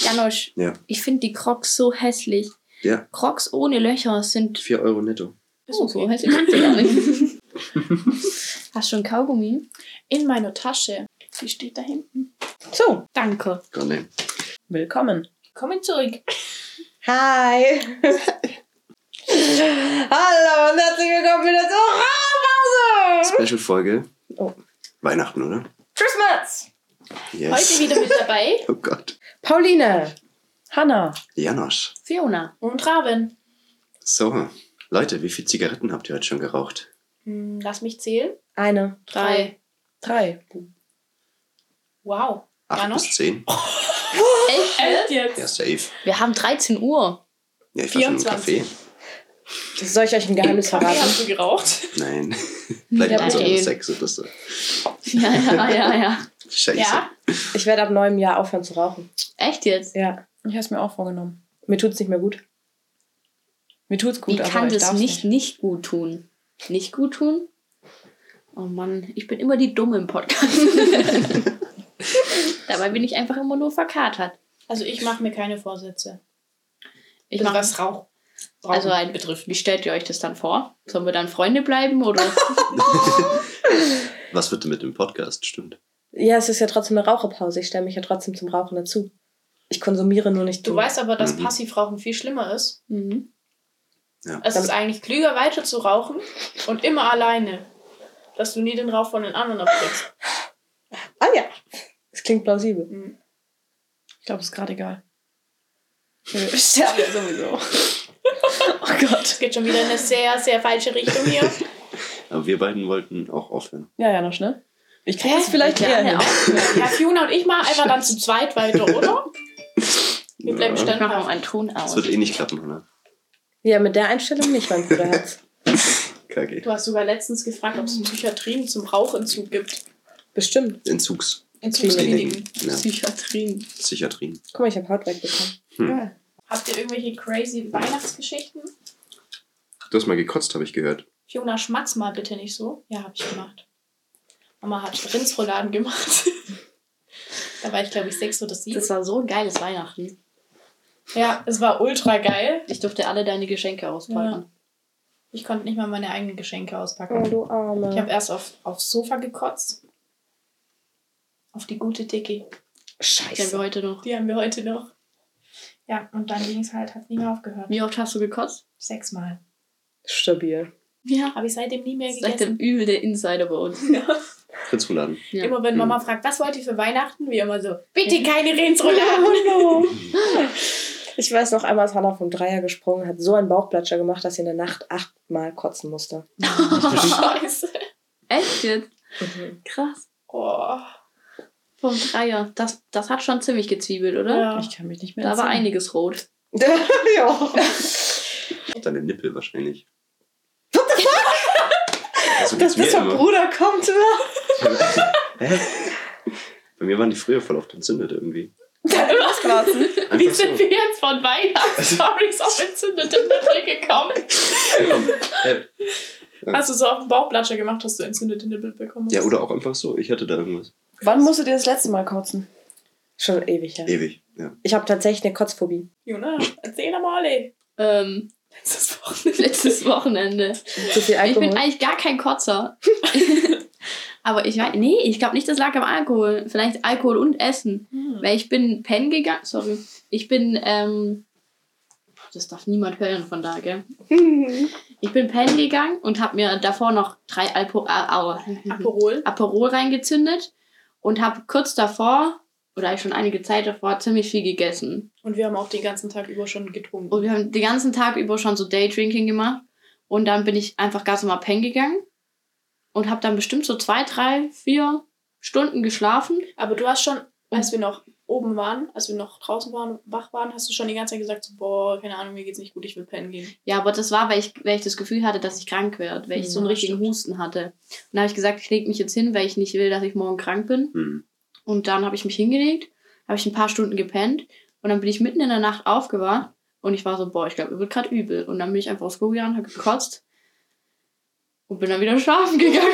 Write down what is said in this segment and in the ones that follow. Janosch, Ja. ich finde die Crocs so hässlich. Ja. Crocs ohne Löcher sind. 4 Euro netto. Oh, so hässlich sind sie gar nicht. Hast du schon Kaugummi? In meiner Tasche. Die steht da hinten. So, Danke. Gar nicht. willkommen. Kommen zurück. Hi. Hallo und herzlich willkommen wieder zur Rauchpause. Special-Folge. Oh. Weihnachten, oder? Christmas. Yes. Heute wieder mit dabei. Oh Gott. Pauline. Hanna. Janosch. Fiona. Und Raven. So, Leute, wie viele Zigaretten habt ihr heute schon geraucht? Hm, lass mich zählen. Eine. Drei. Drei. Wow. Acht Janosch? bis zehn? Oh. Echt? Echt jetzt? Ja, safe. Wir haben 13 Uhr. Ja, ich war schon im 24. Café. Soll ich euch ein Geheimnis Wie verraten? hast du geraucht? Nein. Vielleicht waren es auch nur Nein. sechs oder so. Ja, ja, ja, ja. Scheiße. Ja. Ich werde ab neuem Jahr aufhören zu rauchen. Echt jetzt? Ja. Ich habe es mir auch vorgenommen. Mir tut's nicht mehr gut. Mir tut's gut, Wie kann aber ich das darf's nicht, nicht gut tun? Nicht gut tun? Oh Mann, ich bin immer die Dumme im Podcast. Dabei bin ich einfach immer nur verkatert. Also ich mache mir keine Vorsätze. Ich Also mach, was Rauch. Rauchen also ein betrifft. Wie stellt ihr euch das dann vor? Sollen wir dann Freunde bleiben oder? Was wird denn mit dem Podcast? Stimmt. Ja, es ist ja trotzdem eine Raucherpause. Ich stelle mich ja trotzdem zum Rauchen dazu. Ich konsumiere nur nicht. Du weißt aber, dass Mhm. Passivrauchen viel schlimmer ist. mhm. Es ist eigentlich klüger, weiter zu rauchen und immer alleine. Dass du nie den Rauch von den anderen abkriegst. Ah ja. Es klingt plausibel. Mhm. nicht. Ich glaube, es ist gerade egal. Wir sterben ja sowieso. oh Es Gott. geht schon wieder in eine sehr, sehr falsche Richtung hier. Aber wir beiden wollten auch aufhören. Ja, ja, noch ne? Ich krieg Hä? das vielleicht Ja, eher hin. ja, Ja, Fiona und ich machen einfach dann zu zweit weiter, oder? Wir bleiben Ja. Ich mache auch standhaft. einen Ton Das aus. wird eh nicht klappen, oder? Ja, mit der Einstellung nicht, mein Bruderherz. Kacke. Du hast sogar letztens gefragt, ob es in Psychiatrien zum Rauchentzug gibt. Bestimmt. Entzugs. Entzugskliniken. Ja. Psychiatrien. Psychiatrien. Guck mal, ich habe Haut wegbekommen. Habt ihr irgendwelche crazy Weihnachtsgeschichten? Du hast mal gekotzt, habe ich gehört. Fiona, schmatz mal bitte nicht so. Ja, hab ich gemacht. Mama hat Rindsrouladen gemacht. da war ich, glaube ich, sechs oder sieben. Das war so ein geiles Weihnachten. ja, es war ultra geil. Ich durfte alle deine Geschenke auspacken. Ich konnte nicht mal meine eigenen Geschenke auspacken. Oh, du Ich habe Arme. erst auf, aufs Sofa gekotzt. Auf die gute Dicke. Die haben Scheiße. wir heute noch. Die haben wir heute noch. Ja, und dann ging es halt, hat nie mehr aufgehört. Wie oft hast du gekotzt? Sechsmal. Stabil. Ja. Habe ich seitdem nie mehr Das ist echt der gegessen. übel der Insider bei uns. Rindsrouladen. Ja. Immer wenn Mama fragt, was wollt ihr für Weihnachten? Wir immer so, bitte keine Rindsrouladen. Ich weiß noch einmal, ist Hannah vom Dreier gesprungen, hat so einen Bauchplatscher gemacht, dass sie in der Nacht achtmal kotzen musste. Scheiße. Echt jetzt? Mhm. Krass. Oh. Vom Dreier. Das, das hat schon ziemlich gezwiebelt, oder? Ja. Ich kann mich nicht mehr Ne? Da war entsinnen. einiges rot. ja. Deine Nippel wahrscheinlich. What the fuck? Also Dass das das mir vom immer. Bruder kommt. Hä? Bei mir waren die früher voll oft entzündet irgendwie. Was war's? Einfach Wie sind so. wir jetzt von Weihnachts-Stories auf entzündete Nippel gekommen? Hä? Hast du so auf den Bauchplatscher gemacht, dass du entzündete Nippel bekommen hast? Ja, oder auch einfach so. Ich hatte da irgendwas. Wann musstet ihr das letzte Mal kotzen? Schon ewig her. Ewig. Ja. Ich habe tatsächlich eine Kotzphobie. Jona, erzähl mal alle. Ähm, Letztes Wochenende. letztes Wochenende. Zu viel Ich bin Alkohol. eigentlich gar kein Kotzer. Aber ich weiß, nee, ich glaube nicht, das lag am Alkohol. Vielleicht Alkohol und Essen. Weil ich bin pennen gegangen. Sorry. Ich bin, ähm, das darf niemand hören von da, gell? Ich bin pennen gegangen und habe mir davor noch drei Alpo, äh, äh, Aperol. Aperol reingezündet und habe kurz davor oder eigentlich schon einige Zeit davor ziemlich viel gegessen. Und wir haben auch den ganzen Tag über schon getrunken. Und wir haben den ganzen Tag über schon so Daydrinking gemacht und dann bin ich einfach ganz normal pennen gegangen und habe dann bestimmt so zwei, drei, vier Stunden geschlafen. Aber du hast schon, als wir noch oben waren, als wir noch draußen waren, wach waren, hast du schon die ganze Zeit gesagt, so, boah, keine Ahnung, mir geht's nicht gut, ich will pennen gehen. Ja, aber das war, weil ich, weil ich das Gefühl hatte, dass ich krank werde, weil ich so einen Ja, richtigen stimmt. Husten hatte. Und dann habe ich gesagt, ich lege mich jetzt hin, weil ich nicht will, dass ich morgen krank bin. Hm. Und dann habe ich mich hingelegt, habe ich ein paar Stunden gepennt und dann bin ich mitten in der Nacht aufgewacht und ich war so, boah, ich glaube, mir wird gerade übel. Und dann bin ich einfach aufs Klo gegangen, habe gekotzt und bin dann wieder schlafen gegangen.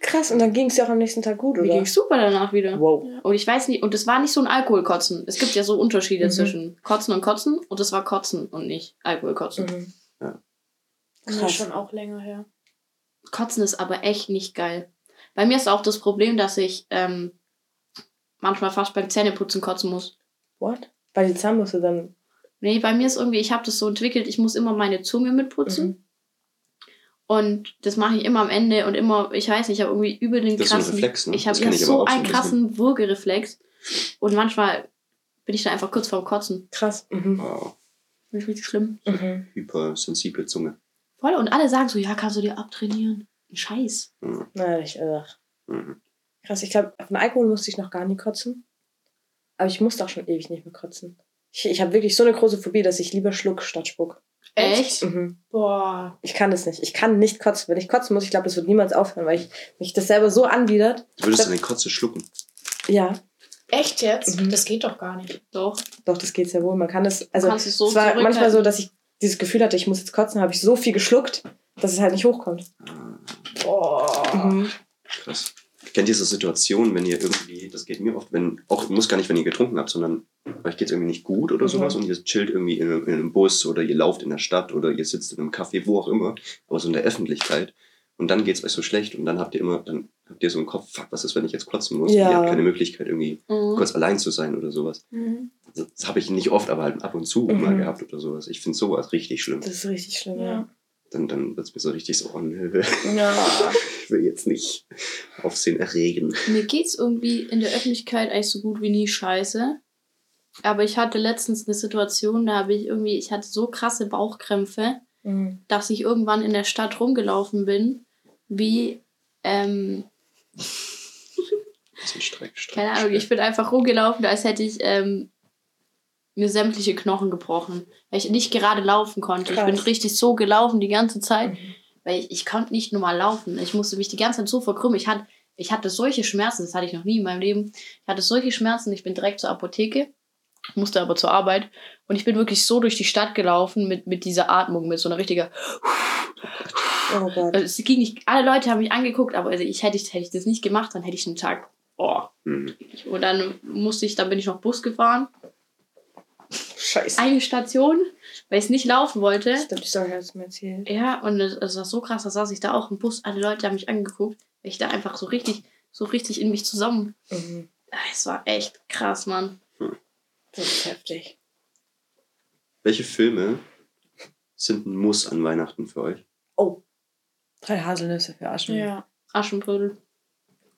Krass, und dann ging es dir auch am nächsten Tag gut, Mir oder? ging super danach wieder. Wow. Und ich weiß nicht, und das war nicht so ein Alkoholkotzen. Es gibt ja so Unterschiede Mhm. zwischen Kotzen und Kotzen und das war Kotzen und nicht Alkoholkotzen. Mhm. Das ist Krass. schon auch länger her. Kotzen ist aber echt nicht geil. Bei mir ist auch das Problem, dass ich ähm, manchmal fast beim Zähneputzen kotzen muss. What? Bei den Zahn musst du dann. Nee, bei mir ist irgendwie, ich habe das so entwickelt, ich muss immer meine Zunge mitputzen. mhm. Und das mache ich immer am Ende und immer, ich weiß nicht, ich habe irgendwie über den Das ist so ein krassen. Reflex, ne? Ich habe Das kenn ja ich aber so auch so einen ein krassen Würgereflex. Und manchmal bin ich da einfach kurz vorm Kotzen. Krass. Mhm. Wow, Das ist richtig schlimm. Mhm. hypersensible Zunge. Voll. Und alle sagen so, ja, kannst du dir abtrainieren. Ein Scheiß. Na, ich, ach. Mhm. Krass, ich glaube, auf den Alkohol musste ich noch gar nie kotzen. Aber ich musste auch schon ewig nicht mehr kotzen. Ich, ich habe wirklich so eine große Phobie, dass ich lieber schluck statt spuck. Echt? Mhm. Boah. Ich kann das nicht. Ich kann nicht kotzen. Wenn ich kotzen muss, ich glaube, das wird niemals aufhören, weil ich mich das selber so anwidert. Du würdest deine Kotze schlucken. Ja, Echt jetzt? Mhm. Das geht doch gar nicht. Doch. doch, das geht sehr wohl. Man kann das. Also, kannst es so es war zurückhalten. manchmal so, dass ich dieses Gefühl hatte, ich muss jetzt kotzen, habe ich so viel geschluckt, dass es halt nicht hochkommt. Ah, Boah. Mhm. krass. Kennt ihr so Situationen, wenn ihr irgendwie, das geht mir oft, wenn, auch muss gar nicht, wenn ihr getrunken habt, sondern euch geht es irgendwie nicht gut oder Mhm. sowas und ihr chillt irgendwie in, in einem Bus oder ihr lauft in der Stadt oder ihr sitzt in einem Café, wo auch immer, aber so in der Öffentlichkeit und dann geht es euch so schlecht und dann habt ihr immer, dann habt ihr so im Kopf, fuck, was ist, wenn ich jetzt kotzen muss? Ja. Und ihr habt keine Möglichkeit, irgendwie Mhm. kurz allein zu sein oder sowas. Mhm. Das, das habe ich nicht oft, aber halt ab und zu mal Mhm. gehabt oder sowas. Ich finde sowas richtig schlimm. Das ist richtig schlimm, Mhm. Ja. ja. Dann, dann wird es mir so richtig so, oh nö, Ja. ich will jetzt nicht Aufsehen erregen. Mir geht's irgendwie in der Öffentlichkeit eigentlich so gut wie nie scheiße. Aber ich hatte letztens eine Situation, da habe ich irgendwie, ich hatte so krasse Bauchkrämpfe. Mhm. dass ich irgendwann in der Stadt rumgelaufen bin, wie, ähm, Bisschen Streck, Streck, keine Ahnung, ich Streck. bin einfach rumgelaufen, als hätte ich ähm, mir sämtliche Knochen gebrochen, weil ich nicht gerade laufen konnte. Ich bin Krass. richtig so gelaufen die ganze Zeit, Oh weil ich, ich konnte nicht normal laufen. Ich musste mich die ganze Zeit so verkrümmen. Ich hatte, ich hatte solche Schmerzen, das hatte ich noch nie in meinem Leben. Ich hatte solche Schmerzen, ich bin direkt zur Apotheke, musste aber zur Arbeit und ich bin wirklich so durch die Stadt gelaufen mit, mit dieser Atmung, mit so einer richtiger Oh Gott. Also es ging nicht, alle Leute haben mich angeguckt, aber also ich hätte, ich- hätte ich das nicht gemacht, dann hätte ich einen Tag. Oh. Mhm. Und dann musste ich, dann bin ich noch Bus gefahren. Scheiße. Eine Station, weil ich es nicht laufen wollte. Ich glaube, die Story hast du mir erzählt. Ja, und es, es war so krass, da saß ich da auch im Bus, alle Leute haben mich angeguckt, weil ich da einfach so richtig, so richtig in mich zusammen. Mhm. Ah, Es war echt krass, Mann. Das ist heftig. Welche Filme sind ein Muss an Weihnachten für euch? Drei Haselnüsse für Aschen. Ja. Aschenbrödel.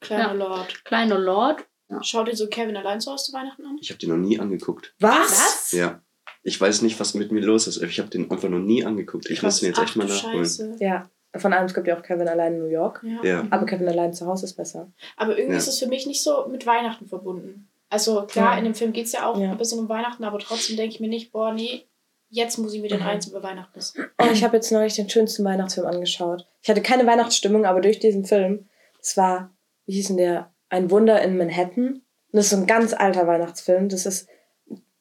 Kleiner Ja. Lord. Kleiner Lord. Schaut ihr so Kevin allein zu Hause zu Weihnachten an? Ich habe die noch nie angeguckt. Was? Ja. Ich weiß nicht, was mit mir los ist. Ich habe den einfach noch nie angeguckt. Ich muss den jetzt echt mal du nachholen. Scheiße. Ja. Von allem, es gibt ja auch Kevin allein in New York. Ja. Ja. Aber Kevin allein zu Hause ist besser. Aber irgendwie Ja. ist es für mich nicht so mit Weihnachten verbunden. Also klar, Ja. in dem Film geht es ja auch Ja. ein bisschen um Weihnachten, aber trotzdem denke ich mir nicht, boah, nee, jetzt muss ich mir den Mhm. eins über Weihnachten wissen. Oh, ich habe jetzt neulich den schönsten Weihnachtsfilm angeschaut. Ich hatte keine Weihnachtsstimmung, aber durch diesen Film, es war, wie hieß denn der? Ein Wunder in Manhattan. Und das ist so ein ganz alter Weihnachtsfilm. Das ist,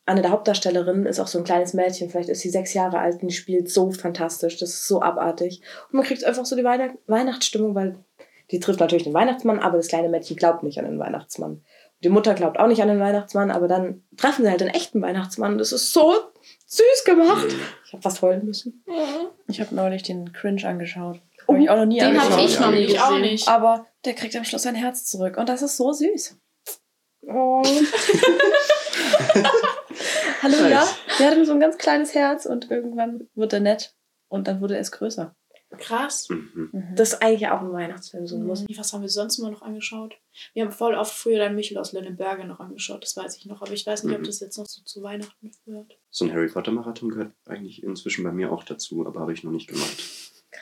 eine der Hauptdarstellerinnen ist auch so ein kleines Mädchen, vielleicht ist sie sechs Jahre alt und die spielt so fantastisch. Das ist so abartig. Und man kriegt einfach so die Weihnacht Weihnachtsstimmung, weil die trifft natürlich den Weihnachtsmann, aber das kleine Mädchen glaubt nicht an den Weihnachtsmann. Die Mutter glaubt auch nicht an den Weihnachtsmann, aber dann treffen sie halt den echten Weihnachtsmann. Das ist so süß gemacht. Ich habe fast heulen müssen. Mhm. Ich habe neulich den Cringe angeschaut. Oh, Hab ich auch noch nie Den hab angeschaut. habe ich noch nie Ich auch gesehen. nicht. Aber der kriegt am Schluss sein Herz zurück. Und das ist so süß. Oh. Hallo, Nice. ja. Der hatte so ein ganz kleines Herz und irgendwann wurde er nett. Und dann wurde er erst größer. Krass. Mhm. Das ist eigentlich auch ein Weihnachtsfilm, Mhm. so ein Muss. Was haben wir sonst immer noch angeschaut? Wir haben voll oft früher dann Michel aus Lönneberger noch angeschaut, das weiß ich noch. Aber ich weiß nicht, ob Mhm. das jetzt noch so zu Weihnachten gehört. So ein Harry Potter Marathon gehört eigentlich inzwischen bei mir auch dazu, aber habe ich noch nicht gemacht.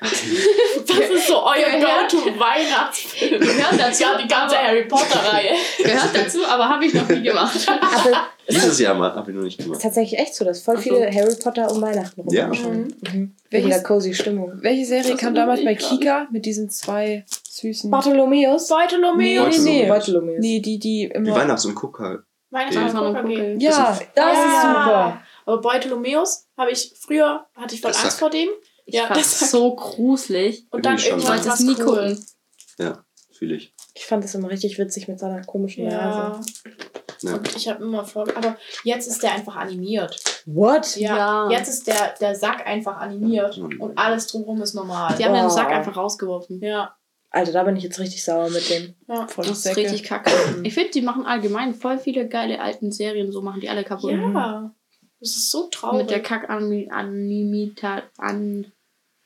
Das ist so euer Ja. Go-To-Weihnachtsfilm. Gehört dazu, Ja, die ganze aber, Harry Potter-Reihe. gehört dazu, aber habe ich noch nie gemacht. Aber Dieses Jahr mal habe ich noch nicht es ist gemacht. tatsächlich echt so, dass voll Ach so. viele Harry Potter um Weihnachten rum Ja. anschauen. Mhm. Wegen Welches- der cozy Stimmung. Welche Serie Das kam überlege damals bei ich gerade. Kika mit diesen zwei süßen. Bartholomäus? Bartholomäus. Nee, nee, nee. Bartholomäus. Nee, die, die Die immer. Weihnachts- und Gucker. Weihnachten Ja. Poker gehen. ja, das Das Ja. ist super. Aber Bartholomäus habe ich früher, hatte ich voll Das sagt- Angst vor dem. Ich Ja, fand das war- es so gruselig. Und dann Irgendwie schon. Ich irgendwann wollte war es es nie cool. gucken. Fühle ich. Ich fand das immer richtig witzig mit seiner komischen Nase. Ja. Ja. Und ich habe immer vor. Aber jetzt ist der einfach animiert. What? Ja. Ja. Jetzt ist der, der Sack einfach animiert Mhm. und alles drumherum ist normal. Die haben den Wow. Sack einfach rausgeworfen. Oh. Ja. Alter, Also da bin ich jetzt richtig sauer mit dem. ja. Voll die Das ist Säcke. richtig kacke. Mhm. Ich finde, die machen allgemein voll viele geile alten Serien, so machen die alle kaputt. Ja. Das ist so traurig. Mit der Kack-Animation. An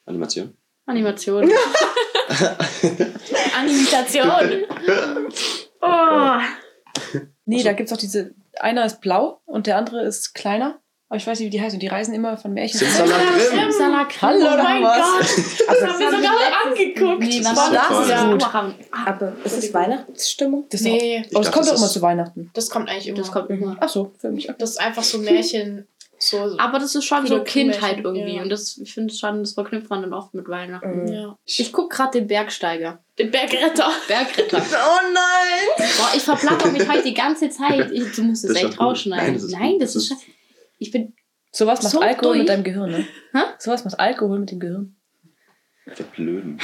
Animation? Animation. Animation. Oh. Nee, Also- da gibt's auch diese. Einer ist blau und der andere ist kleiner. Aber ich weiß nicht, wie die heißen. Die reisen immer von Märchen. zu Märchen. Simsalabim! Salakrim. Hallo, oh mein was? Gott, Aber, das haben wir sogar angeguckt. Nee, was war war das das? denn? Ja. aber ist es Weihnachtsstimmung? Oh, Das ist doch, Nee, aber es dachte, kommt doch das immer ist- zu Weihnachten. das kommt eigentlich immer. Das kommt immer. Ach so, für mich. Das ist einfach so ein Märchen. So, Aber das ist schon Viele so Kindheit Kindmärchen, irgendwie. ja. Und das, ich finde schon, das verknüpft man dann oft mit Weihnachten. Mhm. ja. Ich guck gerade den Bergsteiger. Den Bergretter. Bergretter. Oh nein! Boah, ich verplapper mich heute die ganze Zeit. Ich, du musst es Das ist echt doch gut. rausschneiden. Nein, das ist gut. Das ist- scha- Ich bin. Sowas macht So Alkohol durch? mit deinem Gehirn, ne? Hä? Sowas macht Alkohol mit dem Gehirn. Verblöden.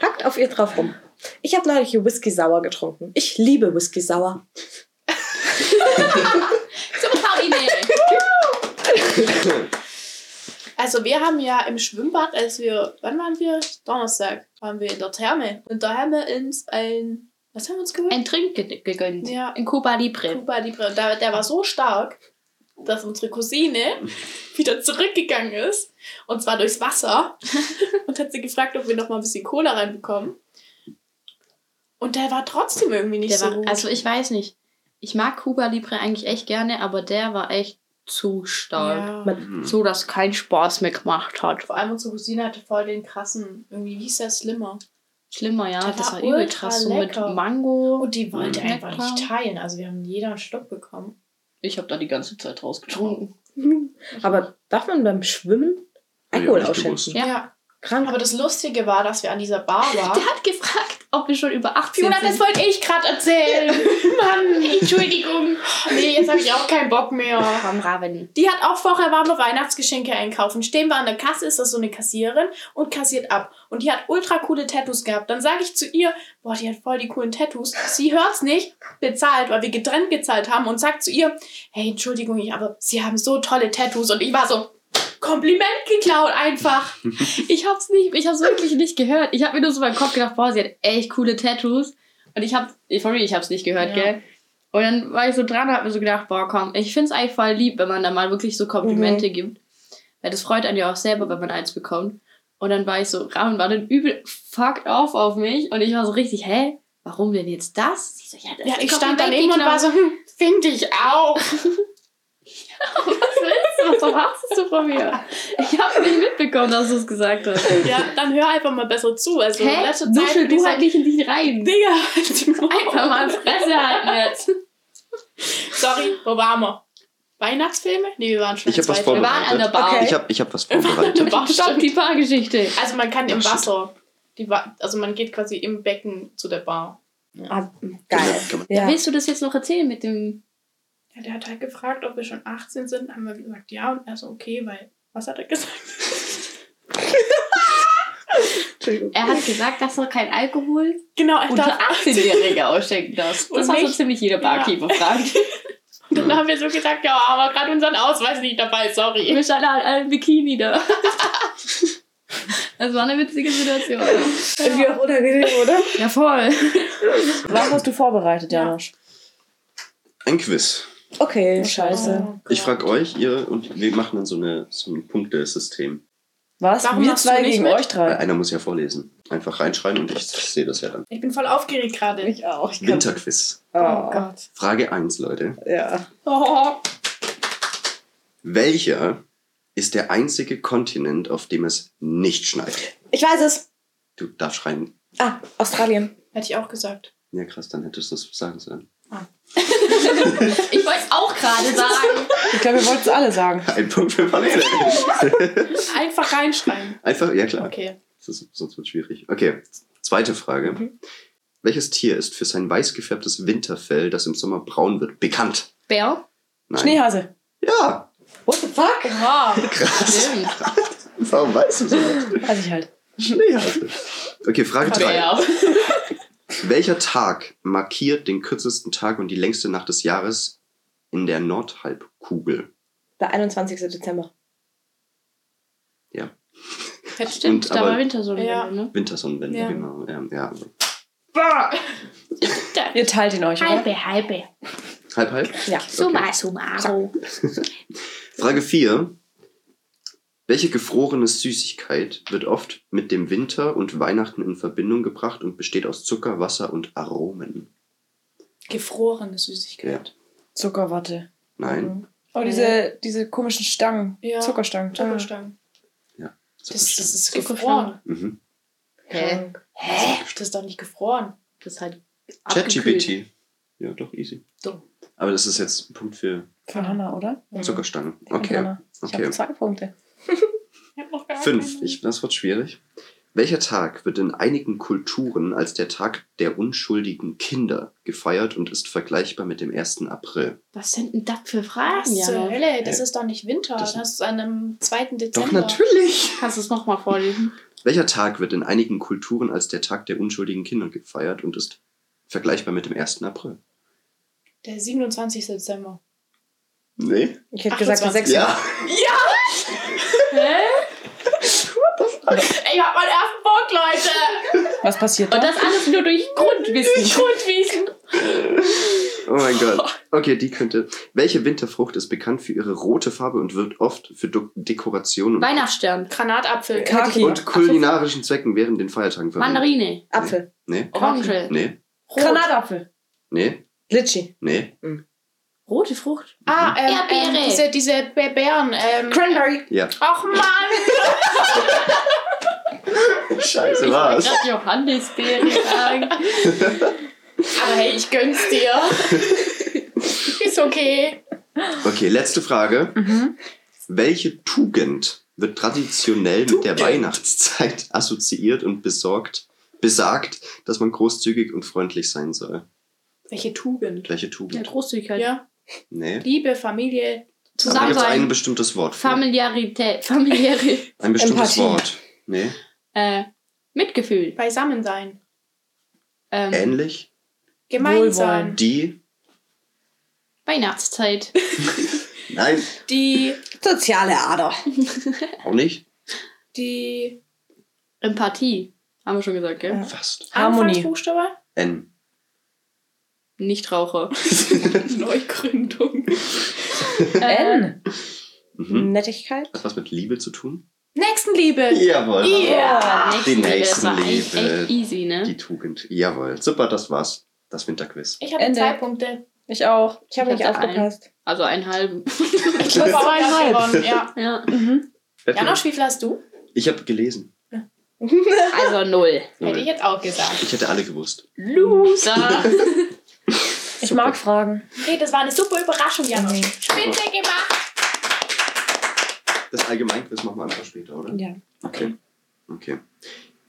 Hackt auf ihr drauf rum. Ich habe neulich hier Whisky sauer getrunken. Ich liebe Whisky sauer. Zum Parine! Also wir haben ja im Schwimmbad, als wir, wann waren wir? Donnerstag waren wir in der Therme. Und da haben wir uns ein, was haben wir uns geholt? Ein Trink ge- gegönnt. Ja. In Cuba Libre. Cuba Libre. Und da, der war so stark, dass unsere Cousine wieder zurückgegangen ist. Und zwar durchs Wasser. Und hat sie gefragt, ob wir noch mal ein bisschen Cola reinbekommen. Und der war trotzdem irgendwie nicht Der so war, gut. also ich weiß nicht. Ich mag Cuba Libre eigentlich echt gerne, aber der war echt zu stark. ja. Man- Hm. So, dass kein Spaß mehr gemacht hat. Vor allem unsere Cousine hatte voll den krassen, irgendwie, wie hieß der, Slimmer. Schlimmer, ja. Der Das war war übel ultra krass. So mit lecker. Mango. Und Oh, die wollte Mhm. einfach nicht teilen. Also wir haben jeder einen Schluck bekommen. Ich habe da die ganze Zeit rausgetrunken. Aber darf man beim Schwimmen Alkohol ausschenken? Ja. Krank. Aber das Lustige war, dass wir an dieser Bar waren. Der hat gefragt, ob wir schon über 18 Fiona, das sind. wollte ich gerade erzählen. Mann, Entschuldigung. Nee, jetzt habe ich auch keinen Bock mehr. Komm, Raven. Die hat auch vorher warme Weihnachtsgeschenke einkaufen. Stehen wir an der Kasse, ist das so eine Kassiererin und kassiert ab. Und die hat ultra coole Tattoos gehabt. Dann sage ich zu ihr, boah, die hat voll die coolen Tattoos. Sie hört's nicht, bezahlt, weil wir getrennt gezahlt haben und sagt zu ihr, hey, Entschuldigung, ich, aber sie haben so tolle Tattoos. Und ich war so, Kompliment geklaut einfach. Ich hab's nicht, ich hab's wirklich nicht gehört. Ich hab mir nur so beim Kopf gedacht, boah, sie hat echt coole Tattoos. Und ich hab, ich- sorry, ich hab's nicht gehört, Ja. gell? Und dann war ich so dran und hab mir so gedacht, boah, komm, ich find's eigentlich voll lieb, wenn man da mal wirklich so Komplimente Mhm. gibt. Weil das freut einen ja auch selber, wenn man eins bekommt. Und dann war ich so, Rahmen war dann übel fucked off auf mich. Und ich war so richtig, hä? Warum denn jetzt das? Sie so, das Ja, ist ein ich stand Kompliment daneben und war geklaut. so, hm, finde ich auch. Was willst du? Was erwartest du von mir? Ich habe nicht mitbekommen, dass du es gesagt hast. Ja, dann hör einfach mal besser zu. Also Hä? letzte Zeit Nuschel, würde ich du sagen, halt nicht in dich rein. Digga, halt die Maul. Einfach mal Fresse halten jetzt. Sorry, wo waren wir? Weihnachtsfilme? Nee, wir waren schon Ich hab was zwei Wir vorbereitet. waren an der Bar. Okay. Ich habe ich hab was Filme. vorbereitet. War Stopp schon- die Bargeschichte. Also man kann im Ach, shit. Wasser, die Wa also man geht quasi im Becken zu der Bar. Ah, geil. Kann man- Ja. Willst du das jetzt noch erzählen mit dem... Ja, der hat halt gefragt, ob wir schon 18 sind. Haben wir gesagt, ja. Und er so, okay, weil, was hat er gesagt? Entschuldigung. Er hat gesagt, dass er kein Alkohol Genau, er unter darf 18-Jährige ausschenken darf. Und Das hat so nicht- ziemlich jeder Barkeeper gefragt. Und dann haben wir so gesagt, ja, haben wir gerade unseren Ausweis nicht dabei, sorry. Wir standen alle im Bikini da. Das war eine witzige Situation. ne? Irgendwie auch unangenehm, oder? Ja, voll. Was hast du vorbereitet, Ja. Janosch? Ein Quiz. Okay, Oh, scheiße. Oh Ich Gott. frage euch, ihr, und wir machen dann so, eine, so ein Punktesystem. Was? Warum Wir machst du zwei nicht gegen mit? euch Weil drei. einer muss ja vorlesen. Einfach reinschreiben und ich sehe das ja dann. Ich bin voll aufgeregt gerade. Ich auch. Ich kann- Winterquiz. Oh Oh, Gott. Frage 1, Leute. Ja. Oh. Welcher ist der einzige Kontinent, auf dem es nicht schneit? ich weiß es. Du darfst schreien. Ah, Australien. Hätte ich auch gesagt. Ja, krass, dann hättest du es sagen sollen. Ich wollte es auch gerade sagen. Ich glaube, wir wollten es alle sagen. Ein Punkt für Marlene. Einfach reinschreiben. Einfach, ja klar. Okay. Das ist, sonst wird schwierig. Okay, zweite Frage. Welches Tier ist für sein weiß gefärbtes Winterfell, das im Sommer braun wird, bekannt? Bär? Nein. Schneehase. Ja, What the fuck? Wow. Stimmt. Warum weißt du sowas? Weiß ich halt. Schneehase. Okay, Frage 3. Wer? Welcher Tag markiert den kürzesten Tag und die längste Nacht des Jahres in der Nordhalbkugel? Der 21. Dezember. Stimmt, Und da aber- war Wintersonnenwende, Ja. ne? Wintersonnenwende, Ja. genau. Ja, ja. Ihr teilt ihn euch, oder? Halbe, halbe. Halb, halb? Ja. Summa summaro. Frage 4. Welche gefrorene Süßigkeit wird oft mit dem Winter und Weihnachten in Verbindung gebracht und besteht aus Zucker, Wasser und Aromen? Gefrorene Süßigkeit. Zuckerwatte. Nein. Mhm. Oh, diese, diese komischen Stangen. Ja. Zuckerstangen. Zuckerstangen. Das, das Zuckerstangen. ist Zuckerstangen. gefroren. Mhm. Hä? Hä? Das ist doch nicht gefroren. Das ist halt abgekühlt. ChatGPT. Ja, doch, easy. Dumm. Aber das ist jetzt ein Punkt für Ah, Von Hanna, oder? Zuckerstangen. Von Okay. Hanna. Ich okay. habe zwei Punkte. Ich hab noch gar Fünf. Ich, das wird schwierig. Welcher Tag wird in einigen Kulturen als der Tag der unschuldigen Kinder gefeiert und ist vergleichbar mit dem 1. April? Was sind denn das für Fragen, Was zur Jana? Hölle? Das ist doch nicht Winter. Das- Das, ist an einem 2. Dezember. Doch, natürlich! Kannst du es nochmal vorlesen? Welcher Tag wird in einigen Kulturen als der Tag der unschuldigen Kinder gefeiert und ist vergleichbar mit dem 1. April? Der 27. Dezember. Nee. Ich hätte gesagt, der 28. 6. Ja. Hä? Ich hab meinen ersten Bock, Leute! Was passiert da? Und das alles nur durch Grundwissen. Grundwiesen! Oh mein Gott. Okay, die könnte. Welche Winterfrucht ist bekannt für ihre rote Farbe und wird oft für Do Dekorationen Weihnachtsstern. Granatapfel. Kaki. und kulinarischen Zwecken während den Feiertagen verwendet? Mandarine. Apfel. Nee. Orange. Nee. Granatapfel. Nee. Litschi. Nee. Rote Frucht. Ah, ähm, Erdbeere. Ähm, diese, diese Beeren. Ähm, Cranberry. Ja. Ach man! Scheiße, was? Ich hab Johannisbeere sagen. Aber hey, ich gönn's dir. ist okay. Okay, letzte Frage. Mhm. Welche Tugend wird traditionell mit der Weihnachtszeit assoziiert und besorgt, besagt, dass man großzügig und freundlich sein soll? Welche Tugend? Welche Ja, Tugend? Großzügigkeit. Ja. Nee. Liebe, Familie. Aber Da Zusammen gibt es ein sein. bestimmtes Wort. Für. Familiarität. Familiäre. Ein bestimmtes Empathie. Wort. Nee. äh, Mitgefühl. Beisammen sein. Ähm, Ähnlich. Gemeinsam. Die. Weihnachtszeit. Nein, Die, Soziale Ader. auch nicht. die Empathie. Haben wir schon gesagt, gell? Ja. Fast. Harmonie. Anfangsbuchstabe? N. Nichtraucher. Neugründung. Äh, N. Mhm. Nettigkeit. Hat was mit Liebe zu tun? Nächstenliebe. Jawohl. Yeah. Die Das war echt, Nächstenliebe. echt easy, ne? Die Tugend. Jawohl. Super, das war's. Das Winterquiz. Ich hatte Ende. zwei Punkte. Ich auch. Ich habe Ich nicht hatte aufgepasst. Also einen halben. Ich habe auch Zweieinhalb. gewonnen, ja. Ja. Mhm. Janosch, wie viel hast du? Ich habe gelesen. Also null. Hätte ich jetzt auch gesagt. Ich hätte alle gewusst. Loser. Ich mag Fragen. Okay, das war eine super Überraschung, Janosch. Spitze gemacht. Das Allgemeinquiz machen wir einfach später, oder? Ja. Okay. Okay.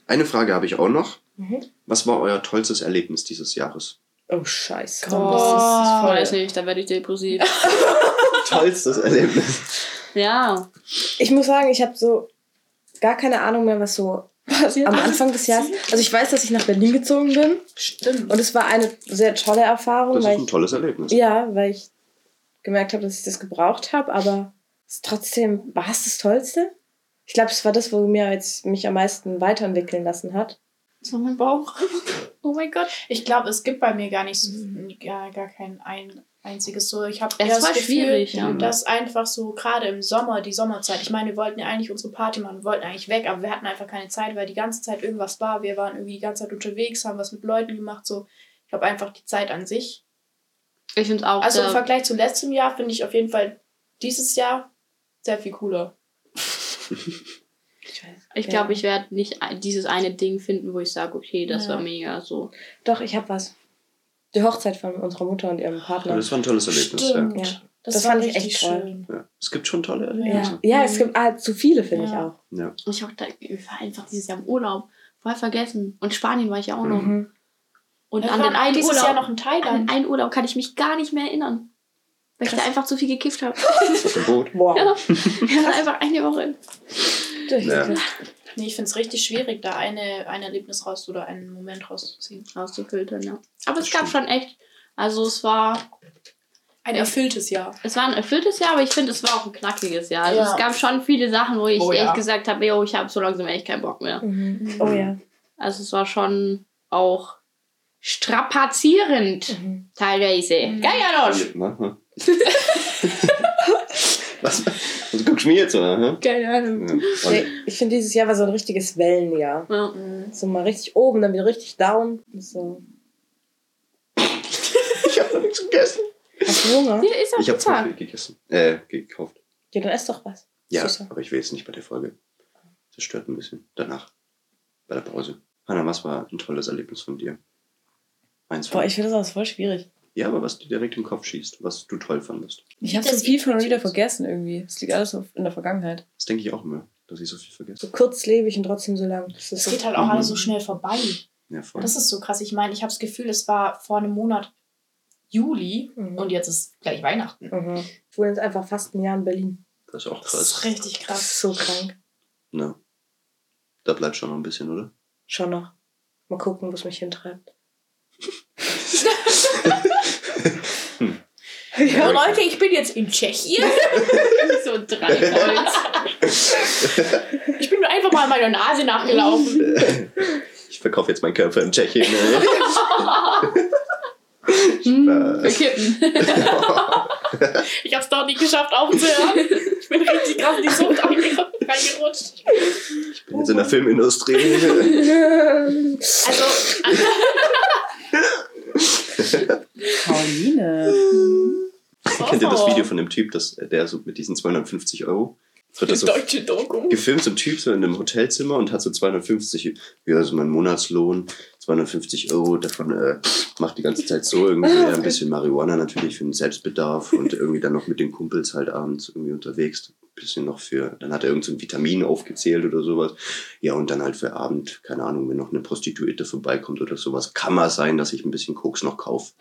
Eine Frage habe ich auch noch. Mhm. Was war euer tollstes Erlebnis dieses Jahres? Oh, scheiße. Komm. Oh, Voll. ich weiß nicht, da werde ich depressiv. Tollstes Erlebnis. Ja. Ich muss sagen, ich habe so gar keine Ahnung mehr, was so Passiert. am Anfang des Jahres. Also ich weiß, dass ich nach Berlin gezogen bin. Stimmt. Und es war eine sehr tolle Erfahrung. Das ist weil ein tolles Erlebnis. ich, ja, weil ich gemerkt habe, dass ich das gebraucht habe, aber es trotzdem war es das Tollste. Ich glaube, es war das, wo mir jetzt mich am meisten weiterentwickeln lassen hat. So mein Bauch. Oh mein Gott. Ich glaube, es gibt bei mir gar nicht so, gar, gar kein ein einziges so. Ich habe Es eher war das Gefühl, schwierig, ja. dass einfach so gerade im Sommer, die Sommerzeit, ich meine, wir wollten ja eigentlich unsere Party machen, wir wollten eigentlich weg, aber wir hatten einfach keine Zeit, weil die ganze Zeit irgendwas war. Wir waren irgendwie die ganze Zeit unterwegs, haben was mit Leuten gemacht, so. Ich glaube einfach die Zeit an sich. Ich finde es auch Also im sehr Vergleich zu letztem Jahr finde ich auf jeden Fall dieses Jahr sehr viel cooler. Ich glaube, ich werde nicht ein- dieses eine Ding finden, wo ich sage, okay, das Ja. war mega so. Doch, ich habe was. Die Hochzeit von unserer Mutter und ihrem Aber Partner. das war ein tolles Erlebnis. Ja. Ja. Das, Das war fand ich richtig echt toll. schön. Ja. Es gibt schon tolle Ja. Erlebnisse. ja, es gibt ah, zu viele, finde Ja. ich auch. Ja. Und ich hab da, ich war einfach dieses Jahr im Urlaub. Voll vergessen. Und Spanien war ich ja auch noch. Mhm. Und Wir an den waren einen dieses Jahr Urlaub. noch in an den Thailand. einen Urlaub kann ich mich gar nicht mehr erinnern. Weil ich da einfach zu viel gekifft habe. Auf dem Boot. Wow. Ja. Wir waren einfach eine Woche. Ja. Nee, ich finde es richtig schwierig, da eine, ein Erlebnis raus oder einen Moment rauszuziehen. rauszufiltern, ja. ne. Aber es Das gab schon echt, also es war, Ein erfülltes Jahr. es war ein erfülltes Jahr, aber ich finde, es war auch ein knackiges Jahr. Also Ja. es gab schon viele Sachen, wo ich Oh, ehrlich ja. gesagt habe, yo, ich habe so langsam echt keinen Bock mehr. Mhm. Oh ja. Also es war schon auch strapazierend Mhm. teilweise. Geil, Janosch! Mach mal. Was, was Also guckst du mir jetzt an? hä? Keine Ahnung. Ja. Nee, ich finde, dieses Jahr war so ein richtiges Wellenjahr. Ja. Mhm. So mal richtig oben, dann wieder richtig down. So. Ich habe noch nichts gegessen. Hast du Hunger? Hier ist auch Ich habe zu getan. viel gegessen. Äh, gekauft. Ja, dann ess doch was. Ja, Süßer. aber ich will jetzt nicht bei der Folge. Das stört ein bisschen. Danach. Bei der Pause. Hannah, was war ein tolles Erlebnis von dir? Eins von Boah, ich finde das alles voll schwierig. Ja, aber was dir direkt im Kopf schießt, was du toll fandest. Ich habe Das so viel ist von wieder natürlich- vergessen irgendwie. Es liegt alles auf- in der Vergangenheit. Das denke ich auch immer, dass ich so viel vergesse. So kurzlebig und trotzdem so lang. Das ist Es so geht halt auch alles so schnell vorbei. Ja, voll. Das ist so krass. Ich meine, ich habe das Gefühl, es war vor einem Monat Juli Mhm. und jetzt ist gleich Weihnachten. Mhm. Ich wohne jetzt einfach fast ein Jahr in Berlin. Das ist auch Das ist krass. richtig Das krass. ist so krank. Ne. Da bleibt schon noch ein bisschen, oder? Schon noch. Mal gucken, wo es mich hintreibt. So, Leute, ich bin jetzt in Tschechien. So drei Holz. Ich bin einfach mal meiner Nase nachgelaufen. Ich verkaufe jetzt meinen Körper in Tschechien. ne? Wir kippen. Ich habe es doch nicht geschafft aufzuhören. Ich bin richtig krass in die Sucht ange- reingerutscht. Ich bin jetzt in der Filmindustrie. Also, Pauline. Kennt ihr das Video von dem Typ, das, der so mit diesen 250 Euro? Wird das so deutsche Doku. gefilmt, so ein Typ so in einem Hotelzimmer und hat so 250, ja, also mein Monatslohn, 250 Euro, davon äh, macht die ganze Zeit so irgendwie ja, ein bisschen Marihuana natürlich für den Selbstbedarf und irgendwie dann noch mit den Kumpels halt abends irgendwie unterwegs, bisschen noch für, dann hat er irgend so ein Vitamin aufgezählt oder sowas. Ja, und dann halt für Abend, keine Ahnung, wenn noch eine Prostituierte vorbeikommt oder sowas, kann mal sein, dass ich ein bisschen Koks noch kaufe.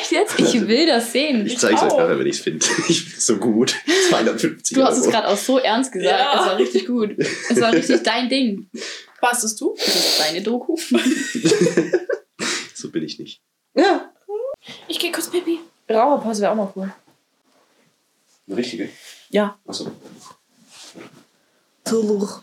Echt jetzt? Ich will das sehen. Ich zeige es euch auch. nachher, wenn ich es finde. Ich bin so gut. 250 Du hast Euro. es gerade auch so ernst gesagt. Ja. Es war richtig gut. Es war richtig dein Ding. Was ist du? Das ist deine Doku. So bin ich nicht. Ja. Ich gehe kurz Pipi. Raucherpause wäre auch mal cool. Eine richtige? Ja. Achso. Tuch.